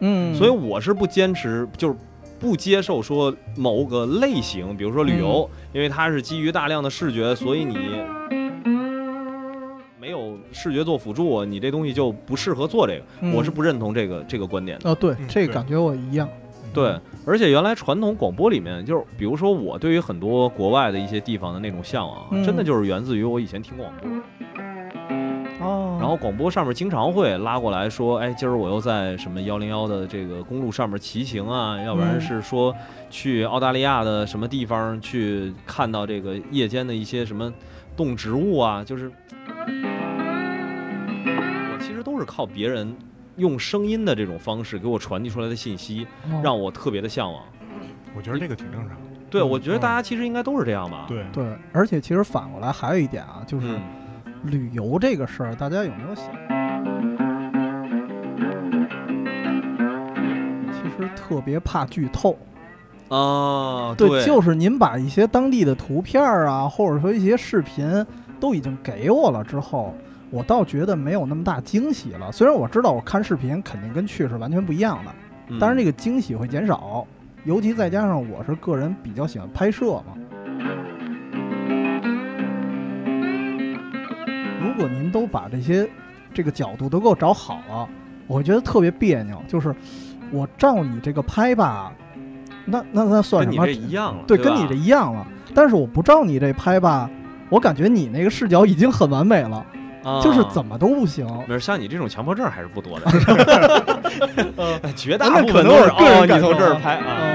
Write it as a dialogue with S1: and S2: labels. S1: 嗯，
S2: 所以我是不坚持，就是不接受说某个类型，比如说旅游，
S1: 嗯
S2: 因为它是基于大量的视觉，所以你没有视觉做辅助，你这东西就不适合做这个。
S1: 嗯
S2: 我是不认同这个这个观点的。
S1: 哦，对
S3: 嗯，
S1: 这
S3: 对
S1: 个感觉我一样。
S3: 嗯
S2: 对，而且原来传统广播里面，就是比如说我对于很多国外的一些地方的那种向往啊，
S1: 嗯
S2: 真的就是源自于我以前听广播，
S1: 哦，
S2: 然后广播上面经常会拉过来说，哎，今儿我又在什么幺零幺的这个公路上面骑行啊，要不然
S1: 嗯
S2: 是说去澳大利亚的什么地方去看到这个夜间的一些什么动植物啊，就是我其实都是靠别人用声音的这种方式给我传递出来的信息，
S1: 哦
S2: 让我特别的向往。
S3: 我觉得这个挺正常。
S2: 对，
S3: 嗯
S2: 我觉得大家其实应该都是这样吧。，
S3: 对，
S1: 对，而且其实反过来还有一点啊，就是
S2: 嗯，
S1: 旅游这个事儿，大家有没有想？其实特别怕剧透，
S2: 啊，对，
S1: 就是您把一些当地的图片儿啊，或者说一些视频都已经给我了之后，我倒觉得没有那么大惊喜了。虽然我知道我看视频肯定跟去是完全不一样的，但是这
S2: 个，
S1: 个惊喜会减少，尤其再加上我是个人比较喜欢拍摄嘛。如果您都把这些这个角度都给我找好了，我会觉得特别别扭。就是我照你这个拍吧，那那那算
S2: 跟
S1: 什
S2: 你
S1: 么
S2: 这？一样了，
S1: 对，
S2: 吧
S1: 跟你这一样了。但是我不照你这拍吧，我感觉你那个视角已经很完美了，
S2: 啊
S1: 就是怎么都不行。
S2: 没事，像你这 种强迫症还是不多的，绝大
S1: 那
S2: 部
S1: 可
S2: 分
S1: 能
S2: 都
S1: 我
S2: 是
S1: 个人
S2: 哦，你
S1: 感
S2: 从
S1: 受
S2: 这儿
S1: 啊
S2: 拍啊，